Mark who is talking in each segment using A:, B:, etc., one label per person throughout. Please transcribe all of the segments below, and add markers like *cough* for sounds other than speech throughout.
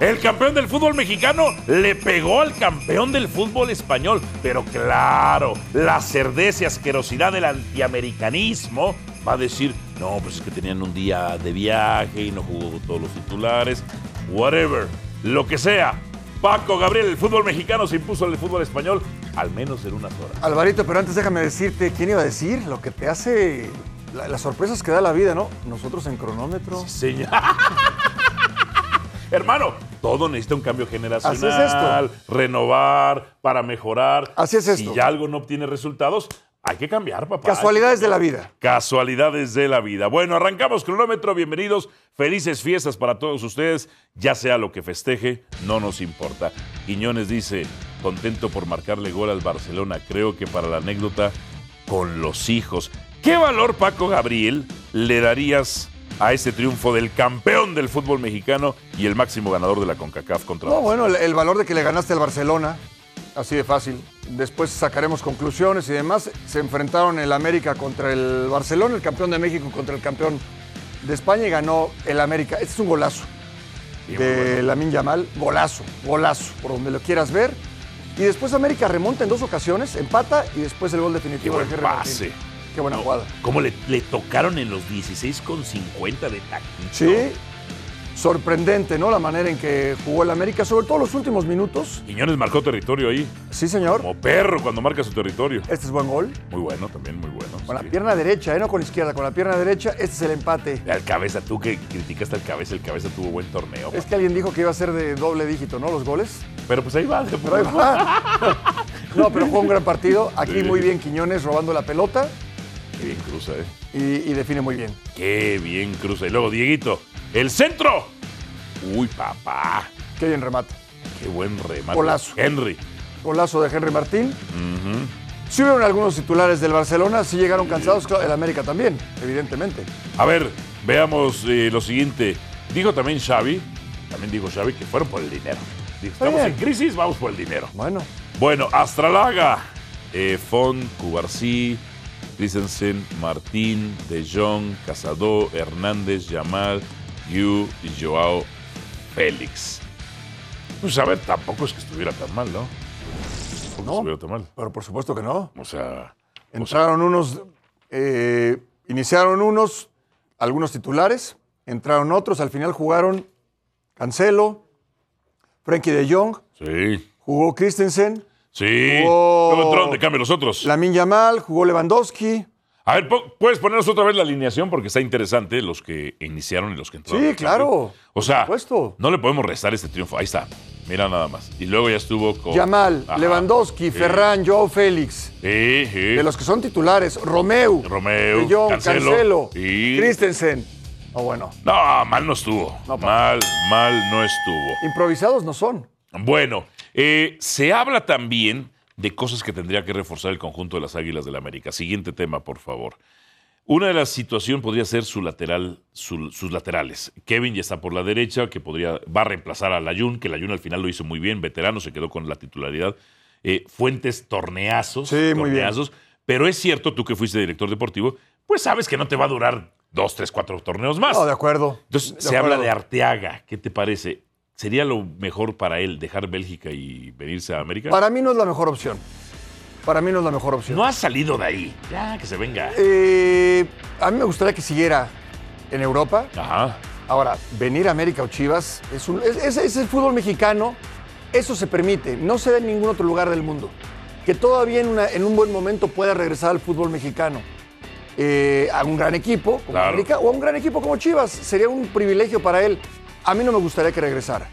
A: El campeón del fútbol mexicano le pegó al campeón del fútbol español. Pero claro, la cerdez y asquerosidad del antiamericanismo va a decir, no, pues es que tenían un día de viaje y no jugó todos los titulares. Whatever, lo que sea. Paco Gabriel, el fútbol mexicano se impuso al fútbol español, al menos en unas horas.
B: Alvarito, pero antes déjame decirte, ¿quién iba a decir lo que te hace la- las sorpresas que da la vida, no? Nosotros en cronómetro.
A: Señor. *laughs* Hermano, todo necesita un cambio generacional,
B: Así
A: renovar para mejorar.
B: Así es
A: Si
B: esto.
A: ya algo no obtiene resultados, hay que cambiar, papá.
B: Casualidades de la vida.
A: Casualidades de la vida. Bueno, arrancamos cronómetro, bienvenidos. Felices fiestas para todos ustedes. Ya sea lo que festeje, no nos importa. Quiñones dice, contento por marcarle gol al Barcelona. Creo que para la anécdota, con los hijos. ¿Qué valor, Paco Gabriel, le darías a ese triunfo del campeón del fútbol mexicano y el máximo ganador de la CONCACAF contra
B: No, bueno, el, el valor de que le ganaste al Barcelona, así de fácil. Después sacaremos conclusiones y demás. Se enfrentaron el América contra el Barcelona, el campeón de México contra el campeón de España y ganó el América. Este es un golazo de Lamin Yamal, golazo, golazo, por donde lo quieras ver. Y después América remonta en dos ocasiones, empata y después el gol
A: Qué
B: definitivo
A: buen
B: de Henry
A: pase.
B: Martín. Qué buena
A: No,
B: jugada.
A: ¿Cómo le, le tocaron en los 16,50 de tactito?
B: Sí, sorprendente, ¿no? La manera en que jugó el América, sobre todo los últimos minutos.
A: Quiñones marcó territorio ahí.
B: Sí, señor.
A: Como perro cuando marca su territorio.
B: Este es buen gol.
A: Muy bueno, también muy bueno.
B: Con la
A: sí.
B: pierna derecha, ¿eh? no con la izquierda, con la pierna derecha, este es el empate.
A: Al cabeza, tú que criticaste al cabeza, el cabeza tuvo buen torneo.
B: Es que alguien dijo que iba a ser de doble dígito, ¿no? Los goles.
A: Pero pues ahí va. de
B: Pero ahí
A: pronto.
B: va. No, pero fue un gran partido. Aquí
A: Sí.
B: muy bien Quiñones robando la pelota
A: Qué bien cruza, ¿eh?
B: y, y define muy bien.
A: Qué bien cruza. Y luego, Dieguito, el centro. Uy, papá.
B: Qué bien remate.
A: Qué buen remate.
B: Golazo.
A: Henry.
B: Golazo de Henry Martín. Sí hubieron algunos titulares del Barcelona, sí llegaron cansados, claro, el América también, evidentemente.
A: A ver, veamos eh, lo siguiente. Dijo también Xavi, también dijo Xavi que fueron por el dinero. Dijo, estamos
B: bien.
A: en crisis, vamos por el dinero.
B: Bueno,
A: Bueno, Astralaga, eh, Font, Cubarsí, Christensen, Martín, De Jong, Casado, Hernández, Yamal, Yu y Joao Félix. Pues a ver, tampoco es que estuviera tan mal, ¿no? Tampoco
B: No.
A: estuviera tan mal.
B: pero por supuesto que no.
A: O sea, o sea,
B: Entraron unos, eh, iniciaron unos, algunos titulares, entraron otros, al final jugaron Cancelo, Frankie de Jong,
A: sí,
B: jugó Christensen,
A: sí.
B: Oh.
A: Luego entraron de cambio los otros.
B: Lamin Yamal, jugó Lewandowski.
A: A ver, po- ¿puedes ponernos otra vez la alineación? Porque está interesante los que iniciaron y los que entraron.
B: Sí, claro.
A: O sea,
B: Por supuesto.
A: no le podemos restar este triunfo. Ahí está. Mira nada más. Y luego ya estuvo con...
B: Yamal,
A: Oh, Ajá. Sí.
B: Lewandowski, Ferran, Joao Félix.
A: Sí, sí.
B: De los que son titulares, Romeu,
A: Romeu,
B: de Jong,
A: Cancelo.
B: Cancelo,
A: Y-
B: Christensen. Oh, bueno,
A: No, mal no estuvo.
B: No, pa-
A: mal, mal no estuvo.
B: improvisados no son.
A: Bueno, eh, se habla también de cosas que tendría que reforzar el conjunto de las Águilas del América. Siguiente tema, por favor. Una de las situaciones podría ser su lateral, su- sus laterales. Kevin ya está por la derecha, que podría, va a reemplazar a Layun, que Layun al final lo hizo muy bien, veterano, se quedó con la titularidad. Eh, Fuentes, torneazos,
B: Sí, muy bien.
A: torneazos. Pero es cierto, tú que fuiste director deportivo, pues sabes que no te va a durar dos, tres, cuatro torneos más.
B: No, de acuerdo.
A: Entonces,
B: De
A: se habla
B: acuerdo.
A: de Arteaga. ¿Qué te parece? ¿Sería lo mejor para él dejar Bélgica y venirse a América?
B: Para mí no es la mejor opción. Para mí no es la mejor opción.
A: No ha salido de ahí. Ya, que se venga.
B: Eh, a mí me gustaría que siguiera en Europa.
A: Ajá.
B: Ahora, venir a América o Chivas es, un- es- es- es el fútbol mexicano. Eso se permite. No se da en ningún otro lugar del mundo. Que todavía en, una- en un buen momento pueda regresar al fútbol mexicano. eh, a un gran equipo como
A: Claro.
B: América o a un gran equipo como Chivas. Sería un privilegio para él. A mí no me gustaría que regresara.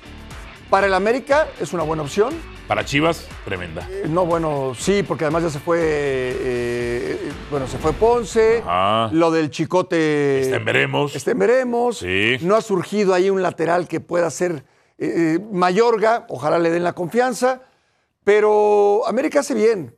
B: Para el América es una buena opción.
A: Para Chivas, tremenda.
B: Eh, No, bueno, sí, porque además ya se fue, eh, bueno, se fue Ponce.
A: Ajá.
B: Lo del Chicote.
A: Está en veremos.
B: Este, veremos.
A: Sí.
B: No ha surgido ahí un lateral que pueda ser eh, eh, Mayorga. Ojalá le den la confianza. Pero América hace bien.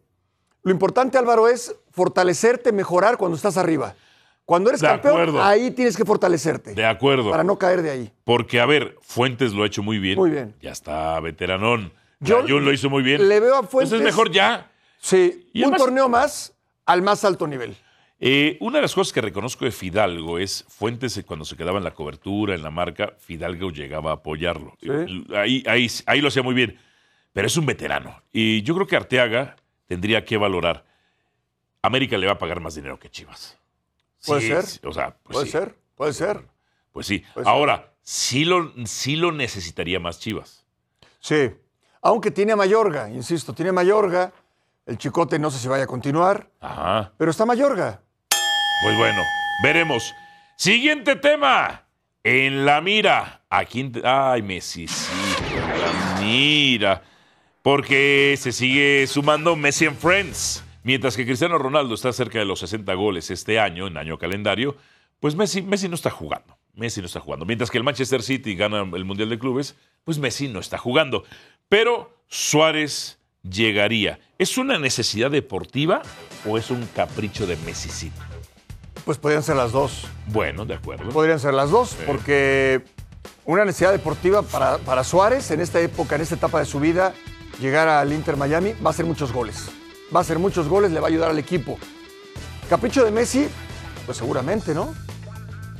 B: Lo importante, Álvaro, es fortalecerte, mejorar cuando estás arriba. Cuando eres
A: De
B: campeón,
A: acuerdo.
B: ahí tienes que fortalecerte.
A: De acuerdo.
B: Para no caer de ahí.
A: Porque, a ver, Fuentes lo ha hecho muy bien.
B: Muy bien.
A: Ya está veteranón.
B: Yo
A: Jun lo hizo muy bien.
B: le veo a Fuentes-
A: Entonces, mejor ya.
B: Sí,
A: Y
B: un
A: además-
B: torneo más al más alto nivel.
A: Eh, una de las cosas que reconozco de Fidalgo es Fuentes eh, cuando se quedaba en la cobertura, en la marca, Fidalgo llegaba a apoyarlo. Eh, Ahí, ahí, ahí lo hacía muy bien. Pero es un veterano. Y yo creo que Arteaga tendría que valorar. América le va a pagar más dinero que Chivas.
B: Puede ser.
A: O sea, pues
B: puede
A: sí.
B: ser, puede ser.
A: Pues sí.
B: Puede ser.
A: Ahora, sí lo, sí lo necesitaría más Chivas.
B: Sí. Aunque tiene a Mayorga, insisto, tiene a Mayorga. El chicote no sé si vaya a continuar,
A: Ajá.
B: pero está Mayorga.
A: Pues bueno, veremos. Siguiente tema. En la mira. ¿A quién? te- Ay, Messi, sí, en la mira. Porque se sigue sumando Messi en Friends. Mientras que Cristiano Ronaldo está cerca de los 60 goles este año, en año calendario, pues Messi, Messi no está jugando. Messi no está jugando. Mientras que el Manchester City gana el Mundial de Clubes, pues Messi no está jugando. Pero Suárez llegaría. ¿Es una necesidad deportiva o es un capricho de Messi City?
B: Pues podrían ser las dos.
A: Bueno, de acuerdo.
B: Podrían ser las dos, porque una necesidad deportiva para, para Suárez en esta época, en esta etapa de su vida, llegar al Inter Miami va a ser muchos goles. Va a ser muchos goles, le va a ayudar al equipo. Capricho de Messi, pues seguramente, ¿no?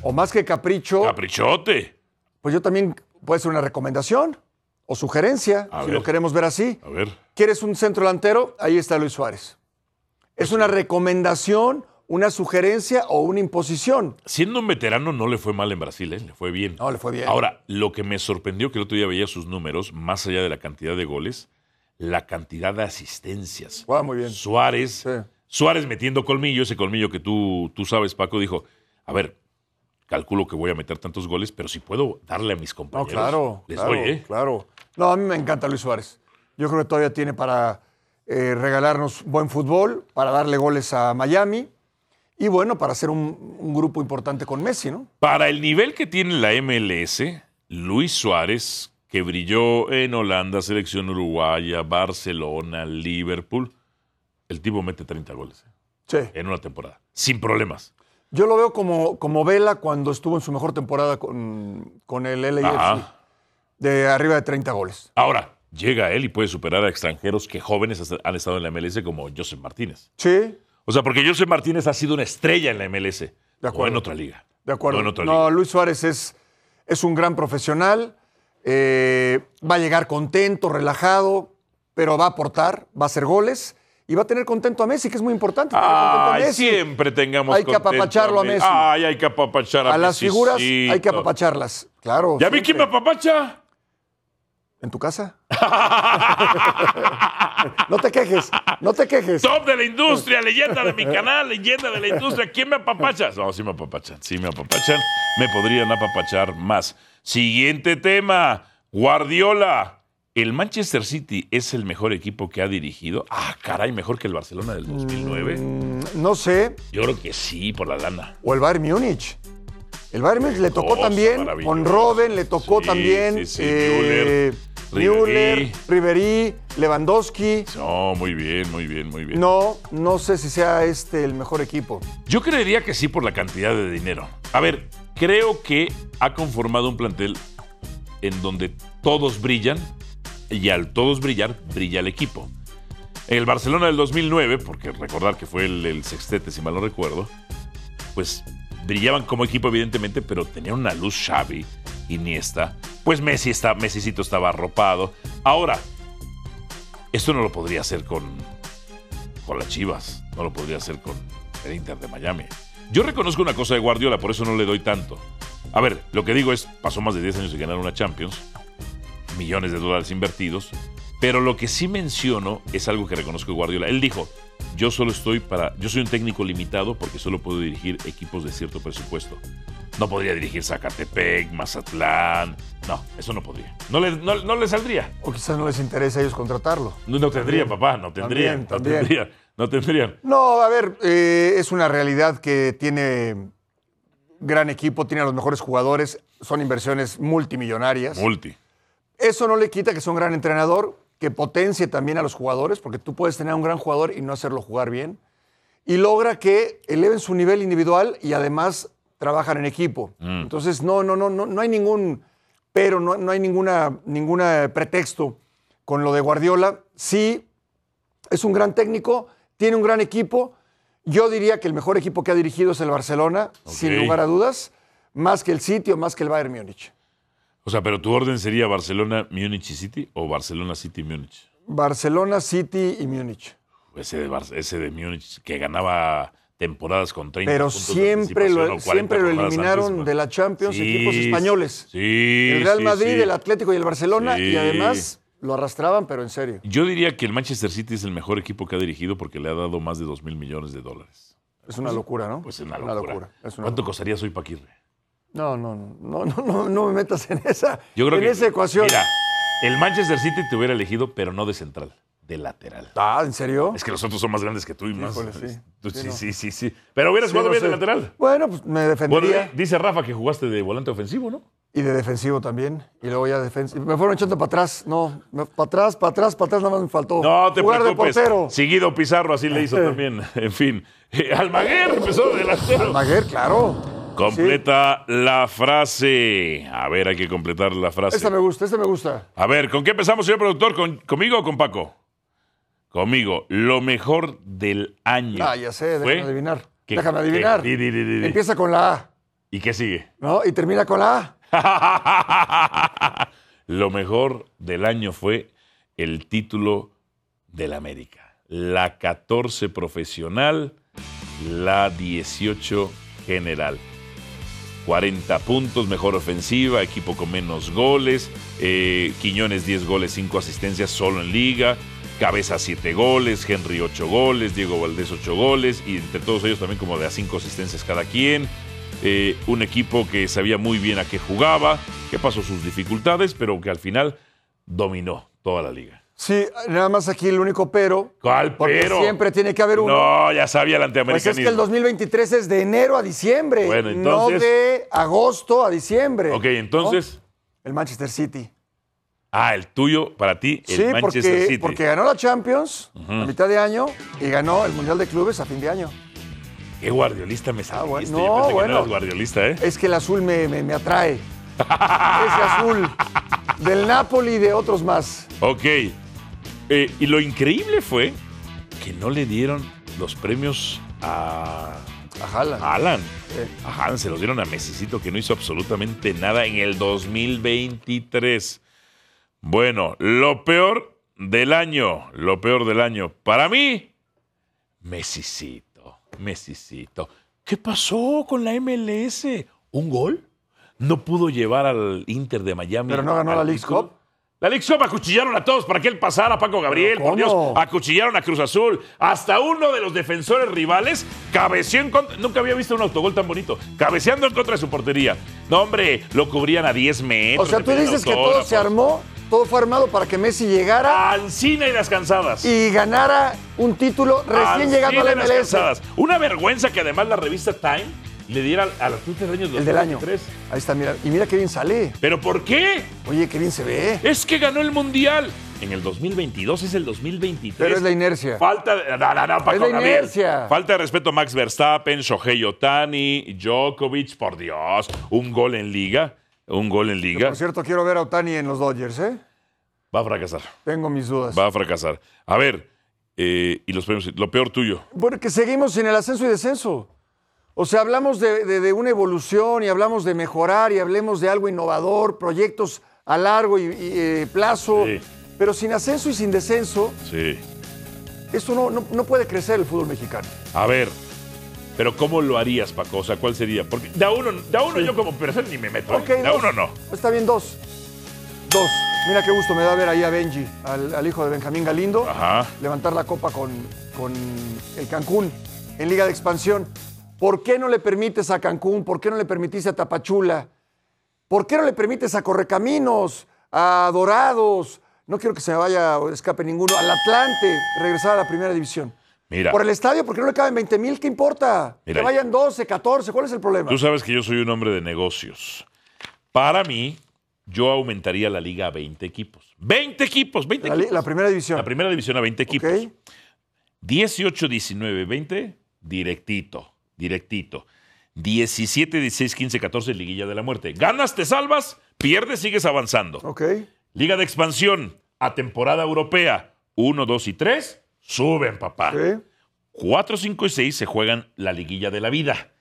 B: O más que capricho,
A: Caprichote.
B: pues yo también puede ser una recomendación o sugerencia,
A: A
B: si
A: ver.
B: lo queremos ver así.
A: A ver.
B: ¿Quieres un centro delantero? Ahí está Luis Suárez. Es una recomendación, una sugerencia o una imposición.
A: Siendo un veterano no le fue mal en Brasil, ¿eh? le fue bien.
B: No, le fue bien.
A: Ahora, lo que me sorprendió que el otro día veía sus números, más allá de la cantidad de goles, la cantidad de asistencias.
B: Juega Ah, muy bien.
A: Suárez,
B: Sí.
A: Suárez metiendo colmillo, ese colmillo que tú, tú sabes, Paco, dijo, a ver, calculo que voy a meter tantos goles, pero si puedo darle a mis
B: No,
A: compañeros,
B: claro.
A: les
B: claro,
A: doy, ¿eh?
B: claro. No, a mí me encanta Luis Suárez. Yo creo que todavía tiene para eh, regalarnos buen fútbol, para darle goles a Miami y bueno, para hacer un, un grupo importante con Messi, ¿no?
A: Para el nivel que tiene la MLS, Luis Suárez, que brilló en Holanda, selección uruguaya, Barcelona, Liverpool, el tipo mete 30 goles ¿eh?
B: Sí.
A: en una temporada, sin problemas.
B: Yo lo veo como, como Vela cuando estuvo en su mejor temporada con, con el LAFC.
A: Ajá.
B: De arriba de 30 goles.
A: Ahora, llega él y puede superar a extranjeros que jóvenes hasta- han estado en la MLS como Joseph Martínez.
B: Sí,
A: O sea, porque Joseph Martínez ha sido una estrella en la MLS,
B: De
A: o
B: acuerdo.
A: en otra liga.
B: De acuerdo.
A: o en otra
B: No,
A: liga.
B: Luis Suárez es, es un gran profesional, eh, va a llegar contento, relajado, pero va a aportar, va a hacer goles y va a tener contento a Messi, que es muy importante. tener contento a
A: Ay,
B: Messi.
A: siempre tengamos
B: Hay que
A: contento
B: apapacharlo a Messi.
A: Ay, hay que apapachar a,
B: A las
A: Messicito.
B: figuras hay que apapacharlas, claro.
A: ¿Ya vi quién me
B: siempre.
A: apapacha?
B: ¿En tu casa? *laughs* no te quejes, no te quejes.
A: Top de la industria, leyenda de mi canal, leyenda de la industria. ¿Quién me apapacha? No, sí me apapachan, sí me apapachan. Me podrían apapachar más. Siguiente tema, Guardiola. ¿El Manchester City es el mejor equipo que ha dirigido? Ah, caray, mejor que el Barcelona del 2009.
B: No sé,
A: Yo creo que sí, por la lana.
B: o el Bayern Múnich. El Bayern Múnich le tocó
A: cosa
B: también
A: maravillosa.
B: con Robben, le tocó
A: Sí,
B: también
A: sí, sí,
B: eh,
A: Müller,
B: Müller,
A: Ribery.
B: Ribery, Lewandowski.
A: No, muy bien, muy bien, muy bien.
B: No, no sé si sea este el mejor equipo.
A: Yo creería que sí por la cantidad de dinero. A ver, creo que ha conformado un plantel en donde todos brillan y al todos brillar, brilla el equipo. El Barcelona del 2009, porque recordar que fue el, el sextete, si mal no recuerdo, pues brillaban como equipo evidentemente, pero tenían una luz Xavi, Iniesta, pues Messi está, Messicito estaba arropado. Ahora, esto no lo podría hacer con, con las Chivas, no lo podría hacer con el Inter de Miami. Yo reconozco una cosa de Guardiola, por eso no le doy tanto. A ver, lo que digo es, pasó más de 10 años sin ganar una Champions, millones de dólares invertidos, pero lo que sí menciono es algo que reconozco de Guardiola. Él dijo, yo solo estoy para, yo soy un técnico limitado porque solo puedo dirigir equipos de cierto presupuesto. No podría dirigir Zacatepec, Mazatlán. No, eso no podría. No le, no, no le saldría.
B: O quizás no les interesa a ellos contratarlo.
A: No, no tendría, papá, no tendría.
B: También,
A: no
B: también.
A: tendría. No tendrían.
B: No, a ver, eh, es una realidad que tiene gran equipo, tiene a los mejores jugadores, son inversiones multimillonarias.
A: Multi.
B: Eso no le quita que sea un gran entrenador, que potencie también a los jugadores, porque tú puedes tener a un gran jugador y no hacerlo jugar bien. Y logra que eleven su nivel individual y además trabajan en equipo. Entonces, no, no, no, no, no hay ningún pero, no, no hay ninguna, ninguna pretexto con lo de Guardiola. Sí, es un gran técnico, tiene un gran equipo. Yo diría que el mejor equipo que ha dirigido es el Barcelona, sin
A: Ok.
B: lugar a dudas, más que el sitio, más que el Bayern Múnich.
A: O sea, pero tu orden sería Barcelona, Múnich y City o Barcelona, City, Múnich.
B: Barcelona, City y Múnich.
A: Ese de, Bar- ese de Múnich que ganaba temporadas con 30
B: Pero
A: puntos de
B: siempre
A: anticipación
B: lo,
A: o 40
B: siempre lo
A: jornadas
B: eliminaron
A: antes.
B: de la Champions
A: Sí,
B: equipos españoles.
A: Sí.
B: el Real
A: sí,
B: Madrid,
A: sí.
B: el Atlético y el Barcelona,
A: Sí.
B: y además lo arrastraban, pero en serio.
A: Yo diría que el Manchester City es el mejor equipo que ha dirigido porque le ha dado más de 2 mil millones de dólares.
B: Es una locura, ¿no?
A: Pues es una locura.
B: Es una
A: ¿Cuánto
B: locura.
A: costaría Soy Paquirre?
B: No, no, no, no, no, no, no me metas en esa,
A: Yo creo
B: en
A: que.
B: esa ecuación.
A: Mira, el Manchester City te hubiera elegido, pero no de central, de lateral.
B: Ah, ¿en serio?
A: Es que los otros son más grandes que tú y más. este,
B: Híjole, sí.
A: Tú-
B: Sí,
A: sí,
B: no.
A: sí, sí, sí. Pero hubieras
B: Sí,
A: jugado
B: no
A: bien
B: sé.
A: de lateral.
B: Bueno, pues me
A: Bueno,
B: defendería.
A: dice Rafa que jugaste de volante ofensivo, ¿no?
B: Y de defensivo también. Y luego ya defensivo. Me fueron echando para atrás. No, me- para atrás, para atrás, para atrás, nada más me faltó.
A: No, te
B: Jugar
A: preocupes.
B: de portero.
A: Seguido Pizarro así
B: *laughs*
A: le hizo también. En fin. Eh, Almaguer empezó de delantero.
B: Maguer, claro.
A: Completa la frase. A ver, hay que completar la frase.
B: Esta me gusta, esta me gusta.
A: A ver, ¿con qué empezamos, señor productor? ¿Con- ¿Conmigo o con Paco? Conmigo. Lo mejor del año.
B: Ah, ya sé,
A: ¿Fue?
B: déjame adivinar.
A: ¿Qué-
B: déjame
A: qué?
B: adivinar.
A: Di, di, di, di, di.
B: Empieza con la A,
A: ¿Y qué sigue?
B: ¿no? Y termina con la A.
A: Lo mejor del año fue el título del América. La 14 profesional, la 18 general. 40 puntos, mejor ofensiva, equipo con menos goles, eh, Quiñones 10 goles, 5 asistencias solo en liga, Cabeza 7 goles, Henry 8 goles, Diego Valdés 8 goles y entre todos ellos también como de a 5 asistencias cada quien. Eh, un equipo que sabía muy bien a qué jugaba, que pasó sus dificultades, pero que al final dominó toda la liga.
B: Sí, nada más aquí el único pero.
A: ¿Cuál
B: Porque
A: pero?
B: siempre tiene que haber uno.
A: No, ya sabía el
B: pues es
A: antiamericanismo.
B: que el 2023 es de enero a diciembre.
A: Bueno,
B: No
A: entonces-
B: de agosto a diciembre.
A: ok, entonces...
B: ¿no? El Manchester City.
A: Ah, el tuyo para ti, el
B: sí,
A: Manchester
B: porque,
A: City.
B: porque ganó la Champions a mitad de año y ganó el Mundial de Clubes a fin de año.
A: Qué guardiolista me saliste.
B: Ah, bueno,
A: Yo
B: no,
A: pensé que
B: bueno.
A: no eras guardiolista, ¿eh?
B: Es que el azul me, me- me atrae. Ese azul del Napoli y de otros más.
A: Ok. Eh, y lo increíble fue que no le dieron los premios a
B: A Haaland.
A: a Alan. A Alan se los dieron a Messicito, que no hizo absolutamente nada en el 2023. Bueno, lo peor del año, lo peor del año. Para mí, Messicito, Messicito. ¿Qué pasó con la MLS? ¿Un gol? ¿No pudo llevar al Inter de Miami?
B: Pero no ganó
A: al
B: la Leagues
A: título?
B: Cup.
A: La League Cup acuchillaron a todos para que él pasara, a Paco Gabriel, por
B: ¿Pero
A: Dios,
B: cómo?
A: acuchillaron a Cruz Azul. Hasta uno de los defensores rivales cabeció en contra. Nunca había visto un autogol tan bonito. Cabeceando en contra de su portería. No, hombre, lo cubrían a 10
B: O
A: metros.
B: sea,
A: le
B: tú
A: pedían
B: dices que todo
A: autógrafos.
B: se armó, todo fue armado para que Messi llegara
A: Ancina y las cansadas.
B: y ganara un título recién
A: Ancina
B: llegando a la
A: y las
B: MLS.
A: cansadas. Una vergüenza que además la revista Time le diera al- al Atlético del año
B: El del año.
A: 2023.
B: Ahí está, mira. Y mira qué bien sale.
A: ¿Pero por qué?
B: Oye, qué bien se ve.
A: Es que ganó el Mundial. En el 2022 es el 2023.
B: Pero es la inercia.
A: Falta de, no, no, no, Paco
B: Es la
A: Gabriel.
B: inercia.
A: Falta de respeto a Max Verstappen, Shohei Otani, Djokovic, por Dios. Un gol en liga. Un gol en liga.
B: Por cierto, quiero ver a Otani en los Dodgers, ¿eh?
A: Va a fracasar.
B: Tengo mis dudas.
A: Va a fracasar. A ver, eh, y los premios, lo peor tuyo.
B: Porque seguimos en el ascenso y descenso. O sea, hablamos de, de- de una evolución y hablamos de mejorar y hablemos de algo innovador, proyectos a largo y, y, eh, plazo.
A: Sí.
B: Pero sin ascenso y sin descenso,
A: Sí.
B: esto no, no- no puede crecer el fútbol mexicano.
A: A ver, pero ¿cómo lo harías, Paco? O sea, ¿cuál sería? Porque da uno, da uno yo como persona ni me meto.
B: Ok,
A: da
B: dos.
A: uno no.
B: Está bien, dos. Dos. Mira qué gusto me da ver ahí a Benji, al, al hijo de Benjamín Galindo,
A: Ajá.
B: levantar la copa con, con el Cancún en Liga de Expansión. ¿Por qué no le permites a Cancún? ¿Por qué no le permitís a Tapachula? ¿Por qué no le permites a Correcaminos, a Dorados? No quiero que se me vaya o escape ninguno. Al Atlante regresar a la primera división.
A: Mira,
B: Por el estadio, ¿por qué no le caben 20 mil? ¿Qué importa?
A: Mira,
B: que vayan 12, 14, ¿cuál es el problema?
A: tú sabes que yo soy un hombre de negocios. Para mí, yo aumentaría la liga a 20 equipos. 20 equipos, 20
B: La, li-
A: equipos.
B: la primera división.
A: La primera división a 20 equipos.
B: Ok.
A: 18, 19, 20, directito, directito. 17, 16, 15, 14, liguilla de la muerte. Ganas, te salvas, pierdes, sigues avanzando.
B: Ok.
A: Liga de expansión a temporada europea. 1, 2 y 3, suben, papá.
B: ok.
A: 4, 5 y 6 se juegan la liguilla de la vida.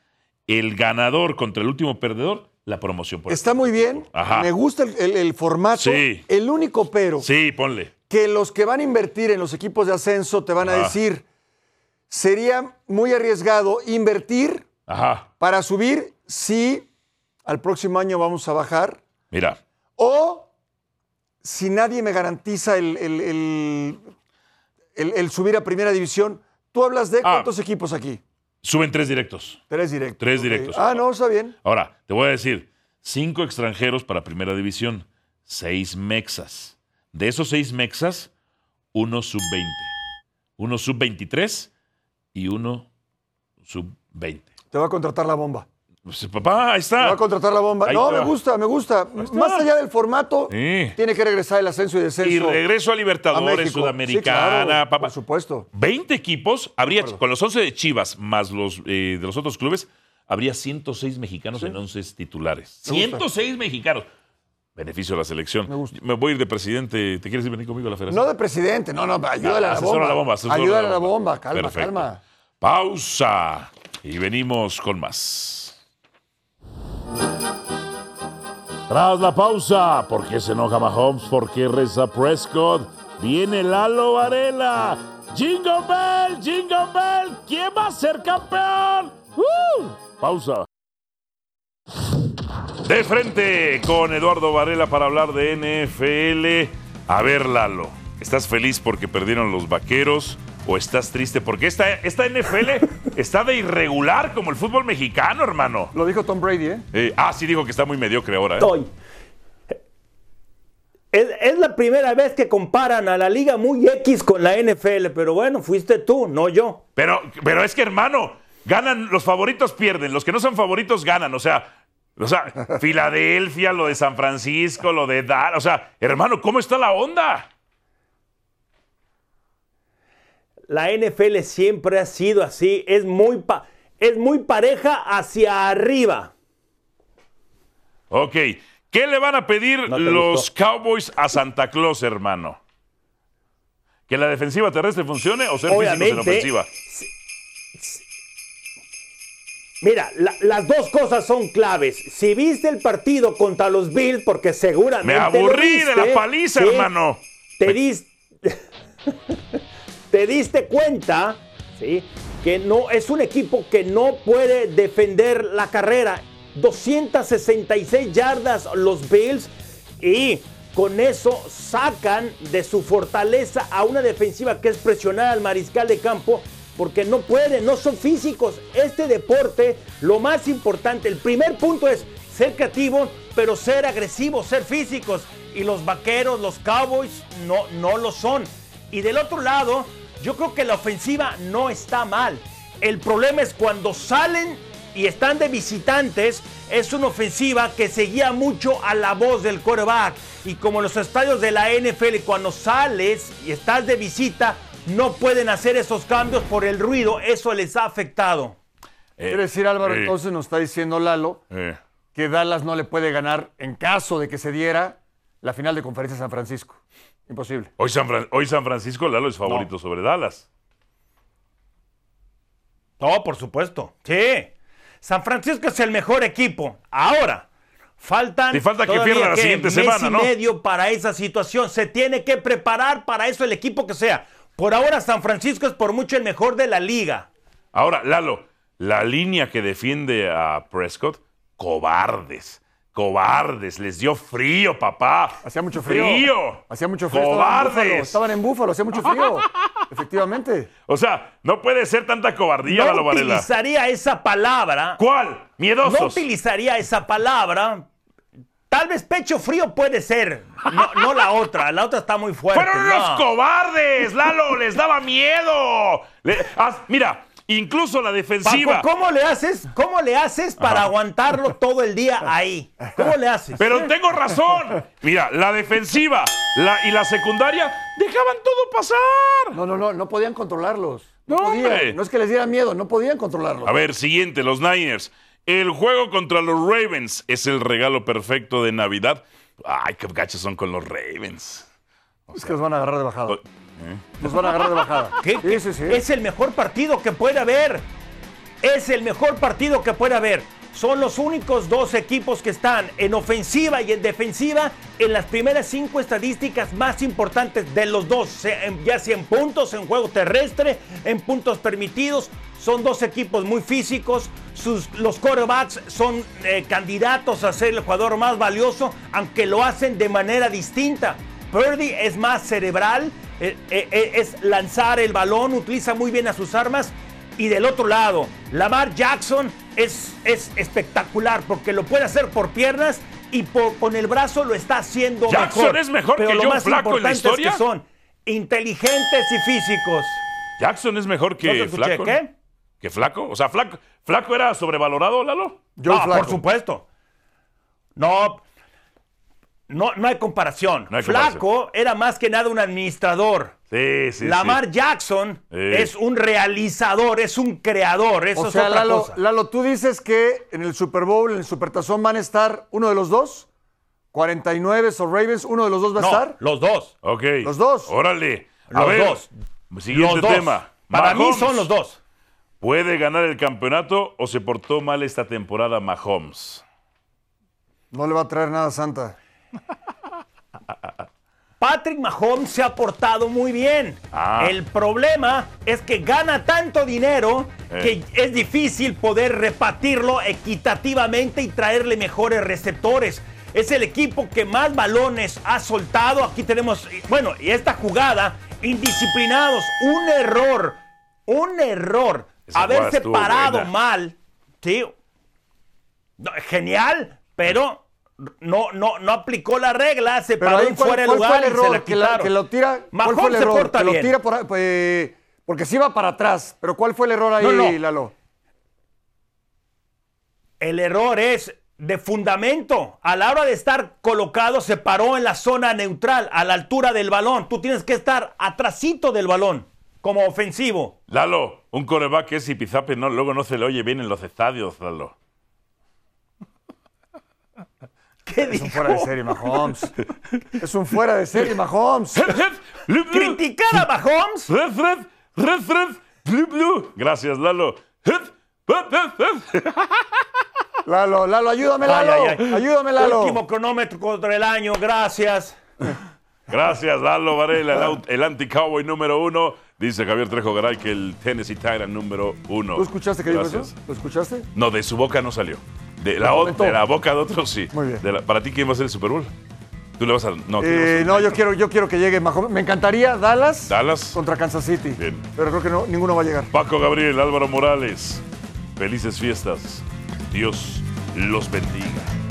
A: El ganador contra el último perdedor, la promoción por el
B: Está muy bien.
A: Ajá.
B: Me gusta el, el- el formato.
A: Sí.
B: El único pero
A: Sí, ponle.
B: que los que van a invertir en los equipos de ascenso te van a
A: Ajá.
B: decir, sería muy arriesgado invertir
A: Ajá.
B: para subir si al próximo año vamos a bajar
A: Mira,
B: o si nadie me garantiza el, el- el- el- el subir a primera división. Tú hablas de
A: Ah.
B: cuántos equipos aquí.
A: suben tres directos.
B: Tres directos.
A: Tres
B: ok.
A: directos.
B: Ah, no, está bien.
A: Ahora, te voy a decir, cinco extranjeros para primera división, seis mexas. De esos seis mexas, uno sub-20, uno sub-23 y uno sub-20.
B: Te va a contratar la bomba.
A: Pues, papá, ahí
B: Te va
A: está.
B: a contratar la bomba.
A: Ahí
B: no,
A: está.
B: me gusta, me gusta.
A: está.
B: Más allá del formato,
A: Sí.
B: tiene que regresar el ascenso y descenso.
A: Y regreso a
B: a
A: Libertadores,
B: México.
A: Sudamericana,
B: Sí, claro,
A: papá.
B: Por supuesto.
A: 20 equipos, habría, con los 11 de Chivas más los eh, de los otros clubes, habría 106 mexicanos en 11 titulares.
B: Me gusta.
A: 106 mexicanos. Beneficio de la selección.
B: Me gusta.
A: voy a ir de presidente. ¿Te quieres ir venir conmigo a la federación? Ah,
B: No de presidente, no, no, ayúdale a la
A: Asesora
B: bomba.
A: la bomba, asesora
B: ayúdale
A: la
B: a la
A: bomba.
B: bomba, calma,
A: Perfecto.
B: calma.
A: Pausa. Y venimos con más. Tras la pausa, ¿por qué se enoja Mahomes? ¿Por qué reza Prescott? Viene Lalo Varela. Jingle Bell, Jingle Bell, ¿quién va a ser campeón? ¡Uh! Pausa. De frente con Eduardo Varela para hablar de NFL. A ver, Lalo, ¿estás feliz porque perdieron los vaqueros o estás triste? Porque esta, esta NFL está de irregular como el fútbol mexicano, hermano.
B: Lo dijo Tom Brady, ¿eh?
A: Eh, ah, sí, dijo que está muy mediocre ahora. ¿eh?
C: Toy. Es, es la primera vez que comparan a la Liga Muy X con la NFL, pero bueno, fuiste tú, no yo.
A: Pero, pero es que, hermano, ganan, los favoritos pierden, los que no son favoritos ganan. O sea, o
C: *laughs*
A: sea Filadelfia, lo de San Francisco, lo de Dar. O sea, hermano, ¿cómo está la onda?
C: La NFL siempre ha sido así, es muy, pa- es muy pareja hacia arriba.
A: Ok. ¿Qué le van a pedir
C: No te
A: los
C: gustó.
A: Cowboys a Santa Claus, hermano? ¿Que la defensiva terrestre funcione o ser físicos en
C: Obviamente.
A: ofensiva?
C: si- si- Mira, la- las dos cosas son claves. Si viste el partido contra los Bills, porque seguramente.
A: Me
C: lo
A: aburrí de la
C: viste,
A: paliza,
C: ¿sí?
A: hermano.
C: te diste, te diste cuenta ¿sí? que no es un equipo que no puede defender la carrera. 266 yardas los Bills y con eso sacan de su fortaleza a una defensiva que es presionar al mariscal de campo porque no pueden, no son físicos. Este deporte, lo más importante, el primer punto es ser creativo, pero ser agresivos, ser físicos. Y los vaqueros, los cowboys, no, no lo son. Y del otro lado, yo creo que la ofensiva no está mal. El problema es cuando salen y están de visitantes, es una ofensiva que se guía mucho a la voz del quarterback. Y como en los estadios de la NFL, cuando sales y estás de visita, no pueden hacer esos cambios por el ruido, eso les ha afectado.
A: Eh,
B: Quiere decir, Álvaro,
A: eh,
B: entonces nos está diciendo Lalo
A: eh.
B: que Dallas no le puede ganar en caso de que se diera la final de conferencia de San Francisco. Imposible.
A: Hoy, San Fran- hoy San Francisco Lalo es favorito sobre Dallas.
C: No, por supuesto. Sí. San Francisco es el mejor equipo. Ahora, faltan.
A: Te falta que
C: todavía,
A: pierda la
C: ¿qué?
A: siguiente
C: mes
A: semana,
C: y
A: ¿no?
C: medio para esa situación. Se tiene que preparar para eso el equipo que sea. Por ahora, San Francisco es por mucho el mejor de la liga.
A: Ahora, Lalo, la línea que defiende a Prescott, cobardes. Cobardes, les dio frío, papá.
B: Hacía mucho frío.
A: Frío.
B: Hacía mucho frío. estaban en
A: Cobardes. *laughs*
B: Búfalo, Estaban en Búfalo, hacía mucho frío. Efectivamente.
A: O sea, no puede ser tanta cobardía,
C: No
A: Lalo Varela.
C: utilizaría esa palabra.
A: ¿Cuál? Miedosos.
C: No utilizaría esa palabra. Tal vez pecho frío puede ser. No, no la otra. La otra está muy fuerte.
A: Fueron unos
C: no.
A: cobardes, Lalo, les daba miedo. Le- haz- mira, incluso la defensiva.
C: Paco, ¿cómo le haces? ¿Cómo le haces para aguantarlo todo el día ahí? ¿Cómo le haces?
A: Pero tengo razón. Mira, la defensiva la- y la secundaria dejaban todo pasar.
B: No, no, no, no podían controlarlos.
A: No,
B: No, podían.
A: hombre.
B: no es que les diera miedo, no podían controlarlos.
A: A ver, siguiente, los Niners. El juego contra los Ravens es el regalo perfecto de Navidad. Ay, qué gachos son con los Ravens.
B: es que los van a agarrar de bajada. Pues, ¿Eh? Los van a agarrar de bajada.
C: ¿Eh?
B: Sí,
C: ¿Qué?
B: sí, sí.
C: Es el mejor partido que puede haber. Es el mejor partido que puede haber. Son los únicos dos equipos que están en ofensiva y en defensiva en las primeras cinco estadísticas más importantes de los dos, sea en- ya sea en puntos, en juego terrestre, en puntos permitidos. Son dos equipos muy físicos. Sus, los quarterbacks son eh, candidatos a ser el jugador más valioso, aunque lo hacen de manera distinta. Purdy es más cerebral, eh, eh, eh, es lanzar el balón, utiliza muy bien a sus armas. Y del otro lado, Lamar Jackson es, es espectacular porque lo puede hacer por piernas y por- con el brazo lo está haciendo
A: ¿Jackson
C: mejor.
A: es mejor
C: Pero
A: que
C: lo
A: Joe
C: más
A: Flacco en la
C: importante es
A: historia?
C: que son inteligentes y físicos.
A: Jackson es mejor
C: No
A: que
C: te escuché,
A: Flaco. ¿no?
C: ¿qué?
A: ¿Que Flaco? O sea, Flaco, Flaco era sobrevalorado, Lalo.
B: Joe
C: Ah,
B: Flacco.
C: por supuesto. No, no, no hay comparación.
A: No hay
C: Flaco era más que nada un administrador.
A: Sí, sí.
C: Lamar
A: sí.
C: Jackson
A: Sí.
C: es un realizador, es un creador, eso
B: o
C: es
B: sea,
C: otra
B: Lalo,
C: cosa.
B: Lalo, tú dices que en el Super Bowl, en el Supertazón, van a estar uno de los dos. 49 o Ravens, uno de los dos va a
C: no,
B: estar.
C: los dos.
A: Ok.
B: Los dos.
A: Órale. A
C: Los
A: ver,
C: dos.
A: Siguiente
C: los dos.
A: tema.
C: Para
A: Mahomes.
C: mí son los dos.
A: ¿Puede ganar el campeonato o se portó mal esta temporada Mahomes?
B: No le va a traer nada a Santa.
C: Patrick Mahomes se ha portado muy bien.
A: Ah.
C: El problema es que gana tanto dinero
A: Eh.
C: que es difícil poder repartirlo equitativamente y traerle mejores receptores. Es el equipo que más balones ha soltado. Aquí tenemos, eh, bueno, y esta jugada, indisciplinados, un error, un error.
A: Esa jugada
C: Haberse
A: estuvo
C: parado
A: buena.
C: mal, tío. No, genial, pero no, no, no aplicó la regla, se
B: Pero
C: paró
B: ahí,
C: en
B: ¿cuál,
C: fuera de
B: cuál
C: lugar
B: fue el
C: y se
B: error?
C: la
B: que, la-
C: quitaron.
B: que lo tira. ¿Cuál
C: Mahomes
B: fue el
C: se
B: error?
C: porta
B: que lo
C: bien.
B: tira por, eh, porque sí va para atrás. Pero ¿cuál fue el error ahí,
C: No, no.
B: Lalo?
C: El error es de fundamento. A la hora de estar colocado, se paró en la zona neutral, a la altura del balón. Tú tienes que estar atrasito del balón, como ofensivo.
A: Lalo, un coreback que es zipizape, no, luego no se le oye bien en los estadios,
C: *laughs*
A: Lalo.
B: *laughs*
C: ¿Qué *laughs*
B: Es un fuera de
C: dijo?
B: serie, Mahomes. es un fuera de serie,
C: *laughs*
B: Mahomes.
C: Criticar a Mahomes.
A: Red, red, red, red, blue, blue. Gracias, Lalo. Red, red, red, red.
B: Lalo, Lalo, ayúdame,
C: Ay,
B: Lalo.
C: ay, ay.
B: Ayúdame, Lalo.
C: Último cronómetro contra el año, gracias.
A: Gracias, Lalo Varela, el, au- el anti-cowboy número uno. Dice Javier Trejo Garay que el Tennessee Tyrant número uno.
B: ¿Lo escuchaste que dijo eso?
A: Gracias.
B: ¿Lo escuchaste?
A: No, de su boca no salió. De la, o-
B: comentó.
A: de la boca de otro sí.
B: Muy bien.
A: De la- ¿Para ti quién va a ser el Super Bowl? ¿Tú le vas a.? No, ¿quién le vas
B: Eh,
A: a-
B: no, yo quiero, yo quiero que llegue Mahomes. Me encantaría Dallas,
A: Dallas.
B: contra Kansas City.
A: Bien.
B: Pero creo que no, ninguno va a llegar.
A: Paco Gabriel, Álvaro Morales. Felices fiestas. Dios los bendiga.